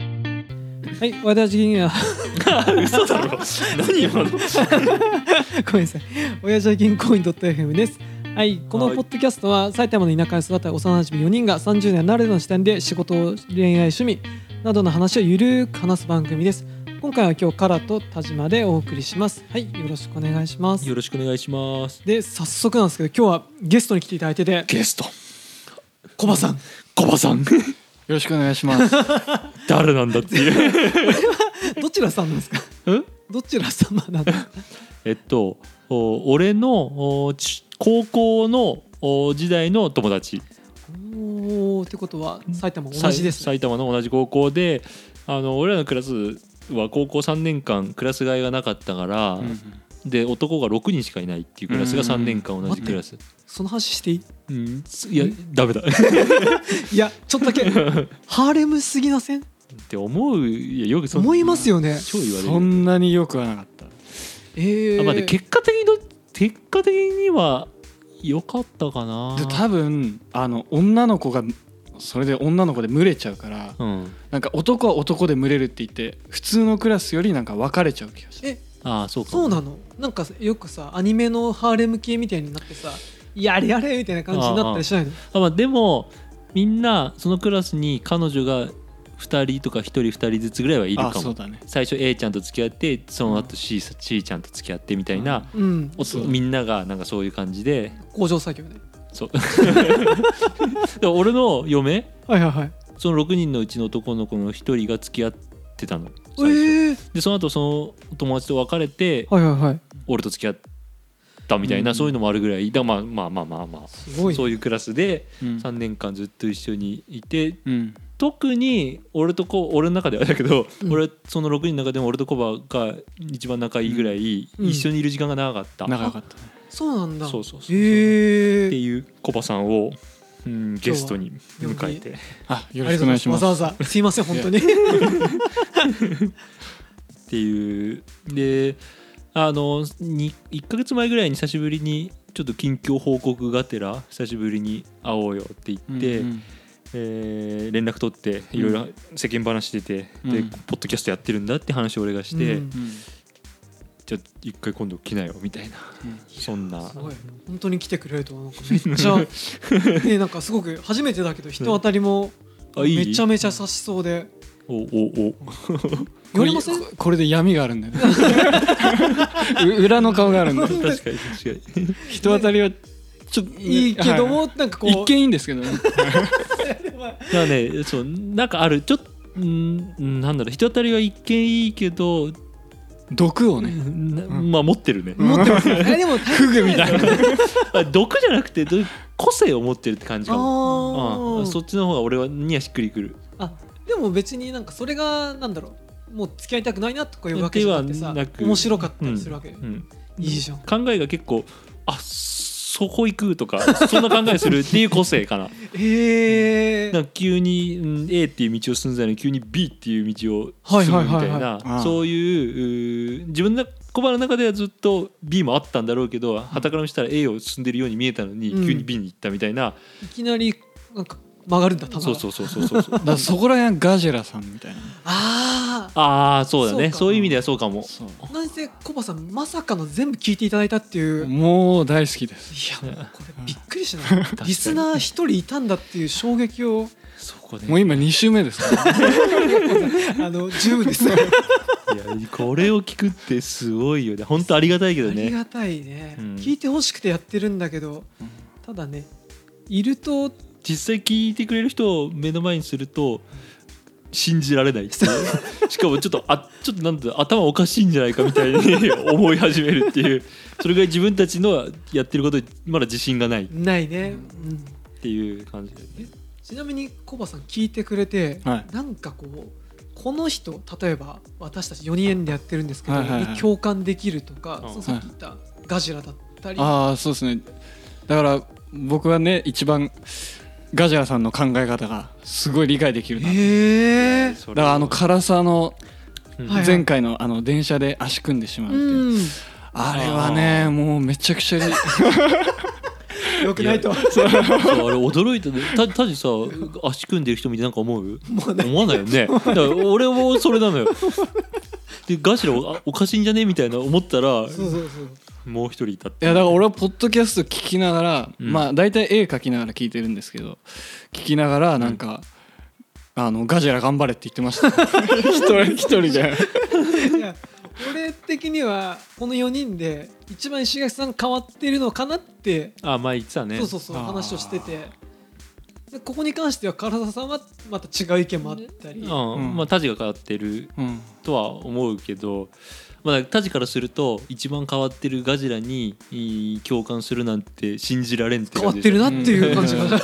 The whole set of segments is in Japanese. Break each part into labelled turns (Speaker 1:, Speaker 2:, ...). Speaker 1: はい、私的には
Speaker 2: 嘘だろ何今の
Speaker 1: ごめんなさい親父は銀行員 .fm ですはい、この
Speaker 2: はい
Speaker 1: ポッドキャストは埼玉の田舎で育った幼馴染4人が30年ならでの視点で仕事、恋愛、趣味などの話をゆるーく話す番組です今回は今日からと田島でお送りしますはい、よろしくお願いします
Speaker 2: よろしくお願いします
Speaker 1: で、早速なんですけど今日はゲストに来ていただいて て
Speaker 2: ゲスト
Speaker 1: コバさん
Speaker 2: コバさん
Speaker 3: よろしくお願いします。
Speaker 2: 誰なんだっていう
Speaker 1: どちらさんなんですか
Speaker 2: ん
Speaker 1: どちら様なんですか
Speaker 2: えっとお俺のおち高校のお時代の友達
Speaker 1: おーってことは埼玉同じです
Speaker 2: さ
Speaker 1: ね
Speaker 2: い埼玉の同じ高校であの俺らのクラスは高校3年間クラス替えがなかったから、で男が6人しかいないっていうクラスが3年間同じクラス、
Speaker 1: その話していい
Speaker 2: うん、いやダメだ っ
Speaker 1: いやちょっとだ けハーレムすぎません
Speaker 2: て思ういやよくそん
Speaker 1: 思いますよね
Speaker 2: 超言われる
Speaker 3: そんなによくはなかった。
Speaker 1: ええ
Speaker 2: あまあで結果的にど結果的には良かったかな
Speaker 3: で多分あの女の子がそれで女の子で群れちゃうから、
Speaker 2: うん
Speaker 3: なんか男は男で群れるって言って普通のクラスよりなんか分かれちゃう気がし
Speaker 1: え
Speaker 2: ああそうか
Speaker 1: そうなのなんかよくさアニメのハーレム系みたいになってさやれやれみたいな感じになったりしないの
Speaker 2: あまあでもみんなそのクラスに彼女が2人とか1人2人ずつぐらいはいる
Speaker 3: あ
Speaker 2: か
Speaker 3: そう
Speaker 2: も
Speaker 3: だね。
Speaker 2: 最初 A ちゃんと付き合ってその後 C, C ちゃんと付き合ってみたいな、
Speaker 1: うん
Speaker 2: お
Speaker 3: そう
Speaker 2: みんながなんかそういう感じで
Speaker 1: 工場作業ね
Speaker 2: そう でも俺の嫁
Speaker 1: はいはいはい
Speaker 2: その6人のうちの男の子の1人が付き合ってたの
Speaker 1: え
Speaker 2: 最初
Speaker 1: え
Speaker 2: でその後その友達と別れて
Speaker 1: はいはいはい
Speaker 2: 俺と付き合ったみたいな、
Speaker 3: うん
Speaker 2: そういうのもあるぐらいだまあまあまあまあまあ
Speaker 1: すごいね
Speaker 2: そういうクラスで
Speaker 3: うん
Speaker 2: 3年間ずっと一緒にいて
Speaker 3: うん
Speaker 2: 特に俺とこ俺の中ではだけど、
Speaker 1: うん
Speaker 2: 俺その6人の中でも俺とコバが一番仲いいぐらい
Speaker 1: うん
Speaker 2: 一緒にいる時間が長かった、っ
Speaker 3: 仲良かったね。
Speaker 1: そうなんだ
Speaker 2: そうそうそう
Speaker 1: え
Speaker 2: て
Speaker 1: え
Speaker 2: いうコバさんを、うん、ゲストに
Speaker 1: 今日は
Speaker 2: 迎えてっ
Speaker 3: あよ
Speaker 1: あ
Speaker 3: ろし
Speaker 1: りがとうござい
Speaker 3: くお願
Speaker 1: ま
Speaker 3: いし
Speaker 1: す
Speaker 3: ま
Speaker 1: わ
Speaker 3: す
Speaker 1: ざ。わざすいません本当に
Speaker 2: ていうであのに1ヶ月前ぐらいに久しぶりにちょっと近況報告がてら久しぶりに会おうよって言って。
Speaker 3: うん
Speaker 2: えー連絡取っていろいろ世間話出て、
Speaker 3: うん
Speaker 2: でポッドキャストやってるんだって話を俺がし
Speaker 1: う
Speaker 2: て、
Speaker 1: ん
Speaker 3: うん
Speaker 2: じゃあ一回今度来なよみたいな
Speaker 3: うん
Speaker 2: そんな
Speaker 1: すごい本当に来てくれるとはなんかめっちゃねなんかすごく初めてだけど人当たりも
Speaker 2: あいい
Speaker 1: めちゃめちゃ察しそうで
Speaker 2: おお
Speaker 1: 言われません
Speaker 3: これこれで闇がある んだよね。う裏の顔があるんだよ。
Speaker 2: お 確かに確かに
Speaker 3: 人当たりはちょっと
Speaker 1: いいけども、なんかこう
Speaker 3: 一見いいんですけ どね。
Speaker 2: だからねそうなんかあるちょっとんなんだろう人当たりは一見いいけど、
Speaker 3: 毒をね。
Speaker 2: なまあ持ってるね、
Speaker 1: 持ってますよね。で もフグみたいな。
Speaker 2: あ毒じゃなくてど個性を持ってるって感じ
Speaker 1: あ
Speaker 2: か
Speaker 1: ー
Speaker 2: もうんそっちの方が俺はにはしっくりくる
Speaker 1: あでも別になんかそれがなんだろうもう付き合いたくないなとかいうわけ
Speaker 2: で
Speaker 1: じゃ
Speaker 2: は
Speaker 1: なくてさ
Speaker 2: なく
Speaker 1: 面白かったりするわけ、
Speaker 2: うん
Speaker 1: いいじゃん
Speaker 2: 考えが結構あそこ行くとかそんな考えするっていう個性かな
Speaker 1: へえ
Speaker 2: なんか急にうん A っていう道を進んだのに急に B っていう道を
Speaker 1: はい
Speaker 2: 進
Speaker 1: はい
Speaker 2: むみ
Speaker 1: は
Speaker 2: た
Speaker 1: いはい
Speaker 2: い
Speaker 3: あ
Speaker 2: な
Speaker 3: あ
Speaker 2: そういううー自分の小腹の中ではずっと B もあったんだろうけどはたから見せたら A を進んでるように見えたのに
Speaker 1: うん
Speaker 2: 急に B に行ったみたいな、
Speaker 1: いきなりなんか曲がるんだ球が
Speaker 2: そうそうそうそうそうそう
Speaker 3: だからそこら辺はガジェラさんみたいな。
Speaker 1: あ
Speaker 2: ああそうだ
Speaker 1: そう
Speaker 2: ね
Speaker 1: か
Speaker 2: そういう意味ではそうかも
Speaker 3: そう
Speaker 1: あなんせコバさんまさかの全部聞いていただいたっていう、い
Speaker 3: もう大好きです。
Speaker 1: やもうこれびっくりしない
Speaker 2: に
Speaker 1: リスナー一人いたんだっていう衝撃を
Speaker 2: そこで
Speaker 3: もう今2週目ですから、
Speaker 1: あの十分です
Speaker 2: いやこれを聞くってすごいよね本当ありがたいけど
Speaker 1: あり
Speaker 2: ね
Speaker 1: がたいね、
Speaker 2: うん
Speaker 1: 聞いてほしくてやってるんだけどただねいると
Speaker 2: 実際聞いてくれる人を目の前にすると信じられないっていうしかもちょっとあちょっとなんだ頭おかしいんじゃないかみたいに 思い始めるっていうそれぐらい自分たちのやってることにまだ自信がないっ
Speaker 1: ないね、うん
Speaker 2: ていう感じだよね
Speaker 1: ちなみにコバさん聞いてくれて、
Speaker 3: はい
Speaker 1: なんかこうこの人例えば私たち4人でやってるんですけど、
Speaker 3: はいはいはい
Speaker 1: に共感できるとか、
Speaker 2: うん
Speaker 1: そのさっき言ったガジラだったり、
Speaker 3: ああそうですねだから僕はね一番ガジェラさんの考え方がすごい理解できるな、
Speaker 1: へえ
Speaker 2: それ
Speaker 3: だか
Speaker 2: は
Speaker 3: らあの辛さの
Speaker 2: うん
Speaker 1: はい
Speaker 3: 前回のあの電車で足組んでしまうっていう、
Speaker 1: うん
Speaker 3: あれはねもうめちゃくちゃ理
Speaker 1: よくないと
Speaker 2: そうあれ驚いたねたたじさ足組んでる人見てなんか思う思わないよねだから俺もそれなのよでガシラおあおかしいんじゃねみたいな思った
Speaker 1: そう
Speaker 2: ら
Speaker 1: そうそう
Speaker 2: もう一人いたって
Speaker 3: いやだから俺はポッドキャスト聞きながら、
Speaker 2: うん
Speaker 3: まあ大体絵描きながら聞いてるんですけど聞きながらなんか、あのガジェラ頑張れって言ってました 一人一人で
Speaker 1: いや俺的にはこの4人で一番石垣さん変わってるのかなって
Speaker 2: あ前言ってたね
Speaker 1: そうそうそう
Speaker 3: あー
Speaker 1: 話をしててでここに関しては唐沢さんはまた違う意見もあったり、
Speaker 2: う
Speaker 3: うん
Speaker 2: ん、まあタジが変わってる
Speaker 3: うん
Speaker 2: とは思うけど、まあ、タジからすると一番変わってるガジラにいい共感するなんて信じられんって
Speaker 1: 変わってる
Speaker 2: な
Speaker 1: なっていう感じが、
Speaker 3: う
Speaker 1: うんん、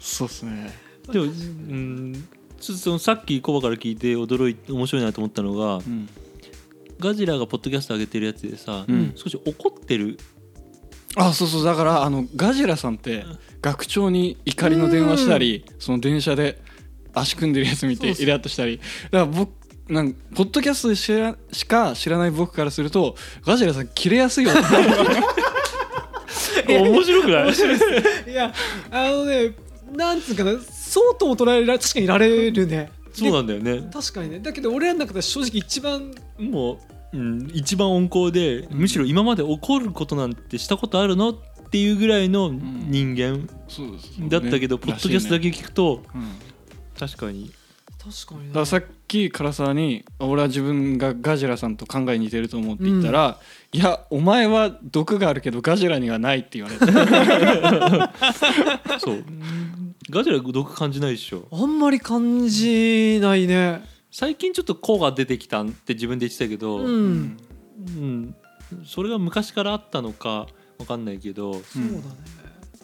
Speaker 3: そうっすね
Speaker 2: でも、うん、ちょっとそのさっきコバから聞いて驚い面白いなと思ったのが
Speaker 3: うん
Speaker 2: ガジラがポッドキャスト上げてるやつでさ、
Speaker 3: うん
Speaker 2: 少し怒ってる
Speaker 3: あそうそうだからあのガジェラさんって学長に怒りの電話したりその電車で足組んでるやつ見て
Speaker 1: そうそう
Speaker 3: イラッとしたりだから僕なんかポッドキャストで知らしか知らない僕からするとガジェラさん切れやすいよね
Speaker 2: 面白くない
Speaker 1: いやあのねなんつうかなそうとも捉えられ確かにいられるね
Speaker 2: そうなんだよね
Speaker 1: で確かにねだけど俺らの中では正直一番
Speaker 2: もう、うん、一番温厚でむしろ今まで怒ることなんてしたことあるのっていうぐらいの人間
Speaker 3: そうです
Speaker 2: だったけど、ポッドキャストだけ聞くと
Speaker 3: うん
Speaker 2: 確かに
Speaker 1: 確かにね
Speaker 3: だからさっき唐沢に「俺は自分がガジェラさんと考え似てると思う」って言ったら「いやお前は毒があるけどガジェラにはない」って言われて
Speaker 2: そうガジラ毒感じないでしょ
Speaker 1: あんまり感じないね
Speaker 2: 最近ちょっと「こ」が出てきたって自分で言ってたけど、
Speaker 1: う
Speaker 2: うん
Speaker 1: ん、
Speaker 2: それが昔からあったのかわかんないけど
Speaker 3: うん
Speaker 1: そうだね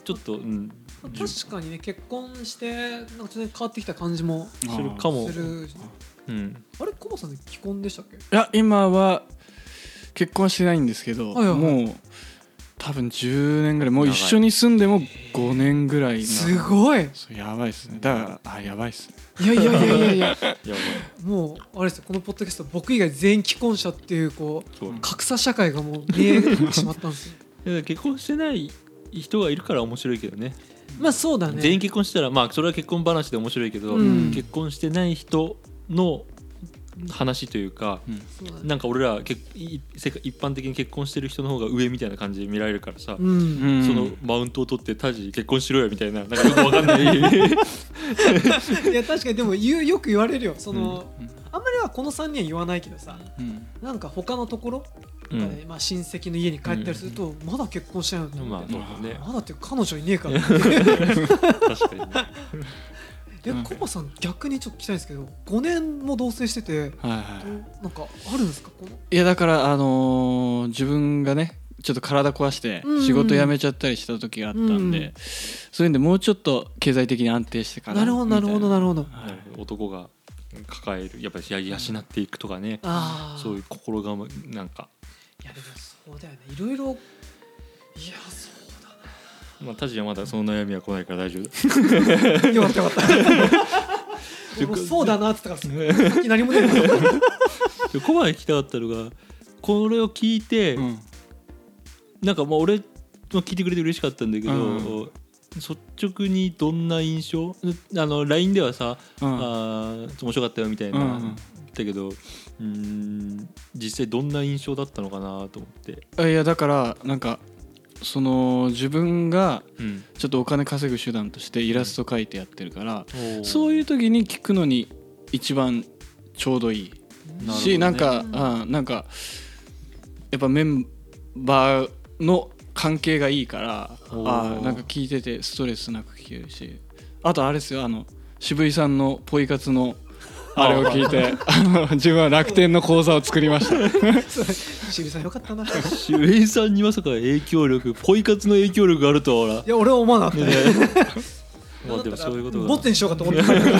Speaker 2: ちょっと、うん、じゅ
Speaker 1: 確かにね結婚してなんかちょっとね変わってきた感じも
Speaker 2: するかも
Speaker 1: す、る
Speaker 2: うん、
Speaker 1: あれコバさんって既婚でしたっけ
Speaker 3: いや今は結婚はしてないんですけど、
Speaker 1: はいはい
Speaker 3: もう多分10年ぐらいもう
Speaker 2: 長
Speaker 3: 一
Speaker 2: い
Speaker 3: 緒に住んでも5年ぐらいな
Speaker 1: すごい
Speaker 3: そうやばいですねだからあやばいですね
Speaker 1: いやいやいやいやいや
Speaker 2: やばい
Speaker 1: もうあれですよこのポッドキャスト僕以外全員既婚者っていうこう
Speaker 2: そう
Speaker 1: 格差社会がもう見えてしまったんですよ
Speaker 2: いや結婚してない人がいるから面白いけどね
Speaker 1: まあそうだね
Speaker 2: 全員結婚したらまあそれは結婚話で面白いけど、
Speaker 1: うん
Speaker 2: 結婚してない人の話というか
Speaker 1: そうだね
Speaker 2: なんか俺ら結い世界一般的に結婚してる人の方が上みたいな感じで見られるからさ、
Speaker 1: うん
Speaker 2: そのマウントを取ってタジ結婚しろよみた いななんかよくわかんない
Speaker 1: いや確かにでも言うよく言われるよその、あんまりはこの3人は言わないけどさなんか他のところ、
Speaker 2: う
Speaker 1: なんかね
Speaker 2: ん、
Speaker 1: まあ、親戚の家に帰ったりすると、まだ結婚してないの
Speaker 2: まあそうだ ね
Speaker 1: まだって彼女いねえから、
Speaker 2: 確かにね
Speaker 1: え
Speaker 3: うん
Speaker 1: コバさん逆にちょっと聞きたいんですけど5年も同棲してて
Speaker 3: はいは
Speaker 1: なんかあるんですかこの
Speaker 3: いいやだからあのー自分がねちょっと体壊して
Speaker 1: うん
Speaker 3: 仕事辞めちゃったりした時があったんで、
Speaker 1: うん
Speaker 3: そういうんでもうちょっと経済的に安定してから
Speaker 1: なるほどなるほどな
Speaker 3: る
Speaker 1: るほど
Speaker 3: ほはい
Speaker 2: 男が抱えるやっぱり養っていくとかね
Speaker 1: ああ
Speaker 2: そういう心構えなんか、
Speaker 1: いやでもそうだよねいろいろいやそうだな
Speaker 2: まあ、タジはまだその悩みは来ないから大 丈 夫
Speaker 1: よかったよかった 俺もそうだなって言ったからさっき何も出てなかっ
Speaker 2: でコバに聞きたかったのがこれを聞いて、
Speaker 3: うん
Speaker 2: なんかまあ俺も聞いてくれて嬉しかったんだけど、
Speaker 3: うん
Speaker 2: 率直にどんな印象あの LINE ではさ「
Speaker 3: うん
Speaker 2: あー面白かったよ」みたいな、
Speaker 3: うんうん
Speaker 2: だけどうーん実際どんな印象だったのかなと思って、
Speaker 3: あいやだからなんかその自分が
Speaker 2: うん、
Speaker 3: ちょっとお金稼ぐ手段としてイラスト描いてやってるから、
Speaker 2: そ
Speaker 3: そうう
Speaker 2: い
Speaker 3: いうう時に聞くのに一番ちょうどいい
Speaker 2: なるほど
Speaker 3: し、
Speaker 2: ね
Speaker 3: なんか、うん、なんかやっぱメンバーの関係がいいからあ
Speaker 2: おー
Speaker 3: ーなんか聞いててストレスなく聞けるしあとあれですよあの渋井さんのポイ活のあれを聞 いてあの自分は楽天の口座を作りました
Speaker 1: た渋井さんよかったない
Speaker 2: 主演さんにまさか影響力ポイ活の影響力があるとはほら、
Speaker 1: や俺は思わなかったね
Speaker 2: まあでもそういうこと
Speaker 1: ボッ
Speaker 2: が
Speaker 1: トにしようかと思ってた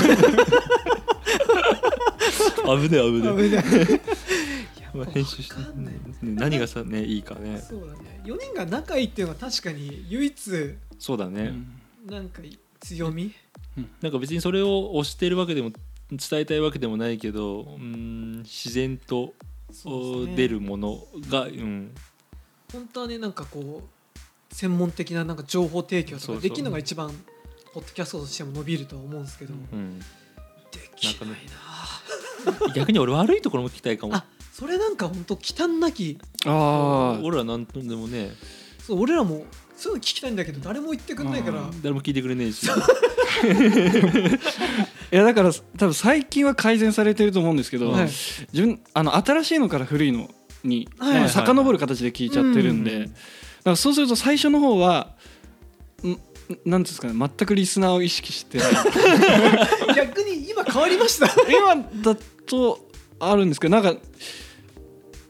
Speaker 2: 危ねえ危
Speaker 1: 危
Speaker 2: ね
Speaker 1: ないいや
Speaker 2: え
Speaker 1: もう
Speaker 2: 編集して
Speaker 1: わかんない
Speaker 2: 何がさねいいかね
Speaker 1: そうだね4人が仲いいっていうのは確かに唯一
Speaker 2: そうだね、
Speaker 1: なんか強み
Speaker 2: なんか別にそれを推してるわけでも伝えたいわけでもないけどうーん自然と
Speaker 1: そうですね
Speaker 2: 出るものがうん
Speaker 1: 本当はねなんかこう専門的ななんか情報提供と
Speaker 2: そう
Speaker 1: か
Speaker 2: そう
Speaker 1: できるのが一番ポッドキャストとしても伸びるとは思うんですけど、
Speaker 3: うん
Speaker 2: うん、
Speaker 1: できないなあ
Speaker 2: 逆に俺悪いところも聞きたいかも
Speaker 1: あそれなんか本当忌憚なき
Speaker 3: あ
Speaker 2: 俺らなんとでもね
Speaker 1: そう俺らもそういうの聞きたいんだけど誰も言ってくんないから、
Speaker 3: うん
Speaker 2: 誰も聞いてくれねえし
Speaker 3: いやだから多分最近は改善されてると思うんですけど、
Speaker 1: はい
Speaker 3: 自分あの新しいのから古いのに、
Speaker 1: はい
Speaker 3: なんか遡る形で聞いちゃってるんで、
Speaker 2: うん
Speaker 3: だからそうすると最初の方はんんなんていうんですかね全くリスナーを意識してない
Speaker 1: 逆に今変わりました
Speaker 3: 今だとあるんですけどなんか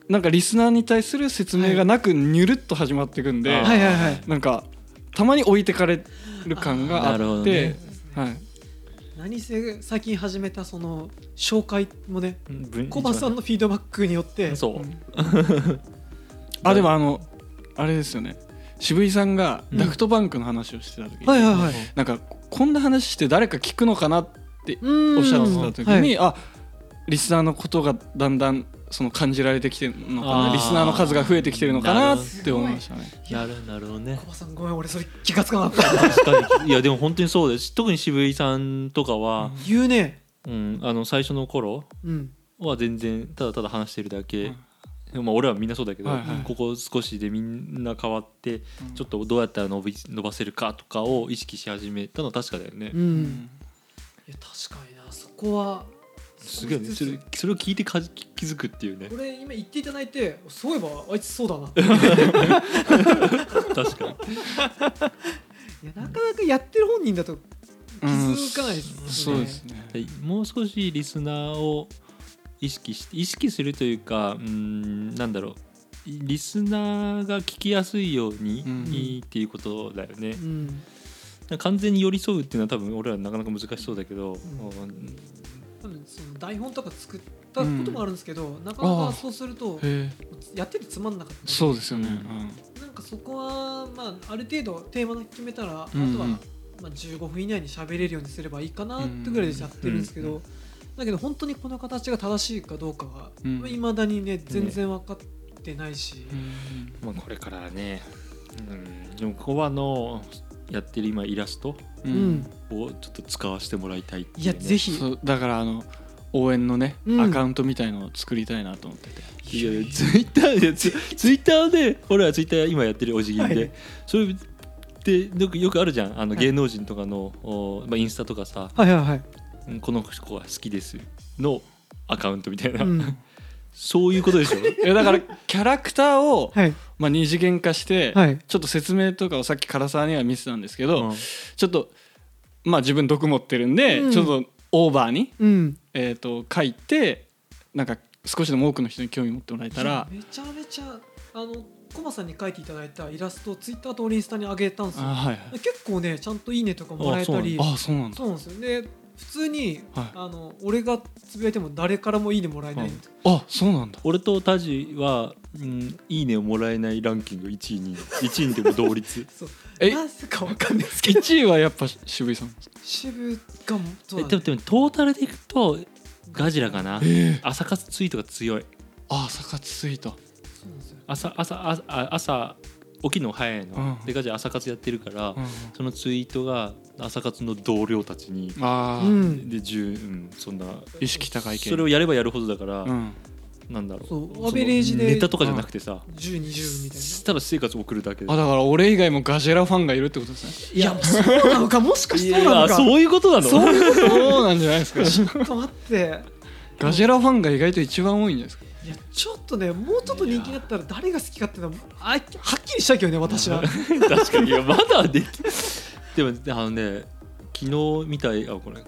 Speaker 3: なんかリスナーに対する説明がなくにゅるっと始まっていくんで、
Speaker 2: はい
Speaker 1: はいはいはい
Speaker 3: なんかたまに置いてかれる感が
Speaker 2: あ
Speaker 3: あ
Speaker 2: ーなるほ
Speaker 3: っ
Speaker 2: ど
Speaker 3: て
Speaker 2: ね。
Speaker 3: はい
Speaker 1: 何せ最近始めたその紹介もねコ
Speaker 2: 小
Speaker 1: バさんのフィードバックによって
Speaker 2: そう、
Speaker 3: あでもあのあれですよね渋井さんがダクトバンクの話をしてた時に、
Speaker 1: はいはいはい
Speaker 3: なんかこんな話して誰か聞くのかなって
Speaker 1: うん
Speaker 3: おっしゃってた時
Speaker 1: はい
Speaker 3: に、あリスナーのことがだんだんその感じられてきてるのか
Speaker 2: あー
Speaker 3: なリスナーの数が増えてきてるのかなって思いましたね。
Speaker 2: なるなるほ どね
Speaker 1: コバさんごめん俺それ気がつかなかった
Speaker 2: 確かにいやでも本当にそうです特に渋井さんとかは、
Speaker 1: 言うね
Speaker 2: うんあの最初の頃
Speaker 1: うん
Speaker 2: は全然ただただ話してるだけ、まあ俺はみんなそうだけど、
Speaker 3: はいはい
Speaker 2: ここ少しでみんな変わって
Speaker 3: うん
Speaker 2: ちょっとどうやったら伸び伸ばせるかとかを意識し始めたのは確かだよね、
Speaker 1: う
Speaker 3: うんん
Speaker 1: いや確かになそこは
Speaker 2: すげえねそれそれを聞いてか気気づくっていうね
Speaker 1: これ今言っていただいてそういえばあいつそうだなって い
Speaker 2: 確かに
Speaker 1: やなかなかやってる本人だと気づかないですね
Speaker 3: うんそうですね。
Speaker 2: はいもう少しリスナーを意識して意識するというかうーんなんだろうリスナーが聞きやすいように、
Speaker 3: うん
Speaker 2: いいっていうことだよね、
Speaker 1: うん
Speaker 2: なんか完全に寄り添うっていうのは多分俺らなかなか難しそうだけど、うん
Speaker 1: 多分その台本とか作ったこともあるんですけど、なかなかそうすると
Speaker 3: へえ
Speaker 1: やっててつまんなかった
Speaker 3: そうですよね。
Speaker 2: う
Speaker 1: なんかそこは、まあ、ある程度テーマ決めたら、あと
Speaker 3: うんうん
Speaker 1: は、まあ、15分以内に喋れるようにすればいいかなってぐらいでやってるんですけど、
Speaker 2: うん
Speaker 1: だけど本当にこの形が正しいかどうかは
Speaker 3: う
Speaker 1: い
Speaker 3: ん
Speaker 1: まあ、未だにね全然分かってないし、
Speaker 3: うん
Speaker 2: まあ、これからね、うん、でもここはあのやってる今イラスト
Speaker 3: う
Speaker 1: うん
Speaker 3: ん
Speaker 2: をちょっと使わせてもらいたいっていう、ね、
Speaker 1: いやぜひ
Speaker 3: そうだからあの応援のね
Speaker 1: うん
Speaker 3: アカウントみたいのを作りたいなと思ってて。
Speaker 2: いやいやツイッターでツツイッターで俺らツイッター今やってるお辞儀で、
Speaker 1: はい
Speaker 2: それってよくよくあるじゃんあの
Speaker 1: はい
Speaker 2: 芸能人とかの、おまあ、インスタとかさ
Speaker 1: はいはいはい、
Speaker 2: 「うんこの子が好きです」のアカウントみたいな、
Speaker 1: うん、
Speaker 2: そういうことで しょ
Speaker 3: えだからキャラクターを
Speaker 1: はい
Speaker 3: まあ二次元化して。
Speaker 1: はい
Speaker 3: ちょっと説明とかをさっき唐沢には見せたんですけど、
Speaker 2: うん
Speaker 3: ちょっとまあ自分毒持ってるんで、
Speaker 1: うん
Speaker 3: ちょっとオーバーに、
Speaker 1: うん
Speaker 3: えー、と書いてなんか少しでも多くの人に興味持ってもらえたら
Speaker 1: いやめちゃめちゃあのコマさんに描いていただいたイラストをツイッターと俺インスタに上げたんです
Speaker 3: あ
Speaker 1: よ
Speaker 3: はいはい
Speaker 1: 結構ねちゃんと「いいね」とかもらえたり
Speaker 3: あそうなんだ
Speaker 1: そうなんですよで普通に、
Speaker 3: はい
Speaker 1: あの俺がつぶやいても誰からも「いいね」もらえない、
Speaker 2: うん
Speaker 3: あそうなんだ
Speaker 2: 俺とタジは、うん「いいね」をもらえないランキング1位に1位にでも同率
Speaker 1: そう
Speaker 3: え
Speaker 1: なぜかわかんないですけど
Speaker 3: 1位はやっぱ渋井さん
Speaker 1: 渋がもそう
Speaker 2: え
Speaker 1: なん
Speaker 2: で
Speaker 1: だ
Speaker 2: もでもトータルでいくとガジラかな朝活ツイートが強い
Speaker 3: あ朝活ツイート
Speaker 1: そうなんですよ
Speaker 2: 朝朝朝あ朝起きるの早いの、
Speaker 3: うん
Speaker 2: でガジラ朝活やってるから、
Speaker 3: うん
Speaker 2: そのツイートが朝活の同僚たちに、
Speaker 3: あー、
Speaker 1: うん
Speaker 2: で十うんそんな
Speaker 3: 意識高い系
Speaker 2: それをやればやるほどだから、
Speaker 3: うん
Speaker 2: なんだろう
Speaker 1: そう
Speaker 2: その
Speaker 1: アベレージで
Speaker 2: ネタとかじゃなくてさ、
Speaker 1: 1020みたいな
Speaker 2: ただ私生活を送るだけで
Speaker 3: あだから俺以外もガジェラファンがいるってことですね
Speaker 1: いやそうなのかもしかしてそうなの
Speaker 2: いや
Speaker 1: か
Speaker 2: そういうことなの
Speaker 1: そういうこ
Speaker 3: そうなんじゃないですか
Speaker 1: とちょっと待って
Speaker 3: ガジェラファンが意外と一番多いんじゃないですか
Speaker 1: いやちょっとねもうちょっと人気だったら誰が好きかっていうのはあはっきりしたいけどね私 は
Speaker 2: 確かにいやまだできでもあのね昨日見たあこれ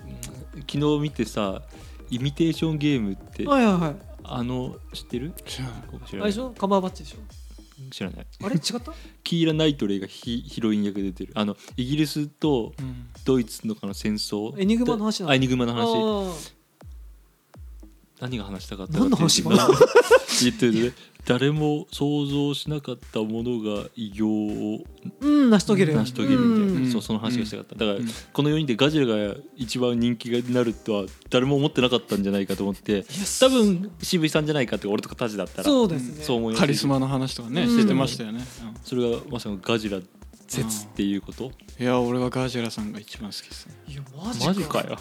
Speaker 2: 昨日見てさイミテーションゲームって
Speaker 1: はいはいはい
Speaker 2: あの知ってる
Speaker 3: 知らない
Speaker 2: 知
Speaker 1: あれ
Speaker 2: らな
Speaker 1: で
Speaker 2: い
Speaker 1: しょカバーバッチでしょ
Speaker 2: 知らない
Speaker 1: あれ違った
Speaker 2: キーラ・ナイトレイがヒヒロイン役で出てるあのイギリスと
Speaker 3: うん
Speaker 2: ドイツのかの戦争
Speaker 1: エニグマの話なの
Speaker 2: あエニグマの話
Speaker 1: 話
Speaker 2: 何が話したかったか
Speaker 1: 何の話
Speaker 2: っていうと言ってるね誰も想像しなかったものが偉業を
Speaker 1: うん成し遂げる
Speaker 2: 成し遂げるみたいな、
Speaker 3: うん
Speaker 2: そうその話がしたかった、だから、
Speaker 3: うん
Speaker 2: この4人でガジラが一番人気になるとは誰も思ってなかったんじゃないかと思って多分渋井さんじゃないかって俺とかタジだったら
Speaker 1: そうですね
Speaker 2: そう思いま
Speaker 3: カ
Speaker 2: す
Speaker 3: リスマの話とかね
Speaker 1: うん
Speaker 3: してましたよね、うん
Speaker 2: それがまさかガジラ説っていうこと
Speaker 3: いや俺はガージェラさんが一番好きですね
Speaker 1: いやマ
Speaker 2: マジかよ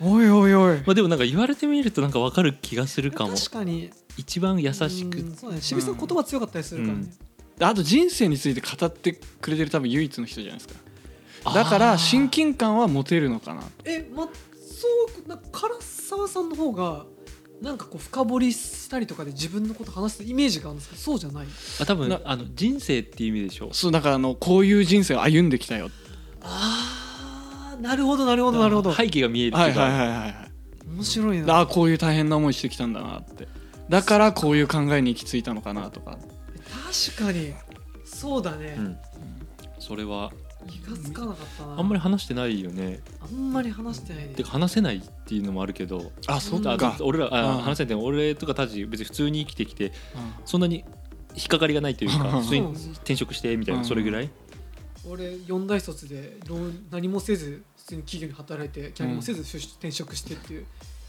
Speaker 1: おいおいおい、
Speaker 2: まあでもなんか言われてみるとなんか分かる気がするかも
Speaker 1: 確かに
Speaker 2: 一番優しく
Speaker 1: うんそうね渋井さん言葉強かったりするからね、
Speaker 3: であと人生について語ってくれてる多分唯一の人じゃないですかだから親近感は持てるのかな
Speaker 1: えまそうなんか唐沢さんの方がなんかこう深掘りしたりとかで自分のこと話すイメージがあるんですけどそうじゃない
Speaker 2: あ多分
Speaker 3: な
Speaker 2: あの人生っていう意味でしょ
Speaker 3: そうだからあのこういう人生を歩んできたよ
Speaker 1: あーなるほどなるほどなるほど、
Speaker 2: 背景が見えるって
Speaker 3: はいいうはい
Speaker 2: か
Speaker 3: はいはい
Speaker 1: 面白いな
Speaker 3: ああこういう大変な思いしてきたんだなってだからこういう考えに行き着いたのかなとか
Speaker 1: 確かにそうだね、
Speaker 2: うんそれは
Speaker 1: 気がつかなかったな
Speaker 2: あんまり話してないよね
Speaker 1: あんまり話してないね
Speaker 2: てか話せないっていうのもあるけど
Speaker 3: あ
Speaker 1: そっ
Speaker 2: あ
Speaker 1: か
Speaker 2: 俺らあ
Speaker 3: うん
Speaker 2: 話せないって俺とかタジ別に普通に生きてきて
Speaker 3: うん
Speaker 2: そんなに引っかかりがないという
Speaker 3: う
Speaker 2: か
Speaker 3: ん
Speaker 2: 普通に転職してみたいうなんそれぐらい
Speaker 1: 俺四大卒でどう何もせず普通に企業に働いてキャリアもせず就職転職してっていう、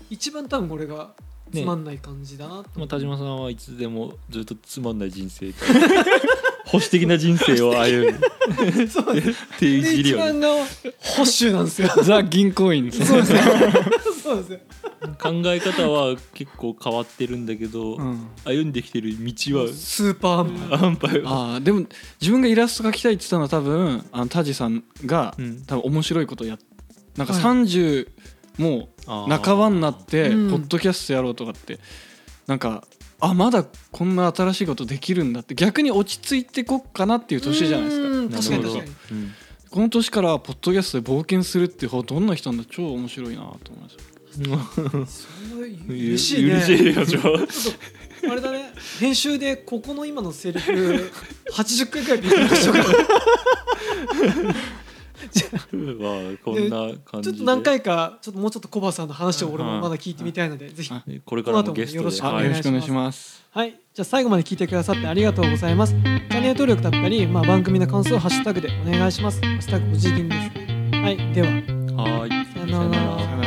Speaker 1: 一番多分俺がつまんない感じだなと
Speaker 2: ま
Speaker 1: 思
Speaker 2: あ
Speaker 1: って、
Speaker 2: 田島さんはいつでもずっとつまんない人生保守的な人生を歩むっ
Speaker 1: そうです
Speaker 2: ていうい
Speaker 1: で
Speaker 2: じり
Speaker 1: 一
Speaker 2: をね
Speaker 1: 番が保守なんですよ
Speaker 3: ザ銀行員 ですね
Speaker 1: そうですねそうですね
Speaker 2: 考え方は結構変わってるんだけど
Speaker 3: うん
Speaker 2: 歩んできてる道は
Speaker 1: スーパーマン
Speaker 2: 安牌は
Speaker 3: あーでも自分がイラスト描きたいって言ったのは多分あのタジさんが
Speaker 2: うん
Speaker 3: 多分面白いことやっなんか
Speaker 1: はい
Speaker 3: 30、も
Speaker 2: あ
Speaker 3: う
Speaker 2: ー
Speaker 3: 半ばになってポ
Speaker 1: うん
Speaker 3: ッドキャストやろうとかってなんかあまだこんな新しいことできるんだって逆に落ち着いてこっかなっていう年じゃないですか
Speaker 1: うん確か
Speaker 2: な
Speaker 1: に
Speaker 2: るほ
Speaker 1: 確か
Speaker 2: ど
Speaker 1: に
Speaker 2: うん
Speaker 3: この年からポッドキャストで冒険するっていう方どんな人なんだ超面白いなと思いました
Speaker 1: そういう
Speaker 2: 嬉
Speaker 1: 嬉しいね
Speaker 2: しいよ ち
Speaker 1: ち
Speaker 2: ょ
Speaker 1: ょっとあれだね編集でここの今のセリフ80回ぐらい見てみましょうか
Speaker 2: まあこんな感
Speaker 1: ちょ
Speaker 2: じ
Speaker 1: っ
Speaker 2: で
Speaker 1: と何回かちょっともうちょっとコバさんの話を俺もまだ聞いてみたいのでぜひ
Speaker 3: はい
Speaker 2: ねこれからもゲス
Speaker 1: この
Speaker 2: トで
Speaker 1: 後も
Speaker 3: あ
Speaker 2: は
Speaker 3: よ
Speaker 2: い
Speaker 3: ろしくお願いします
Speaker 1: はい、じゃあ最後まで聞いてくださってありがとうございます。チャンネル登録だったり、まあ、番組の感想をハッシュタグでお願いします。ハッシュタグお辞儀ですね。はい、では、
Speaker 2: はい
Speaker 1: さよなら
Speaker 3: さよなら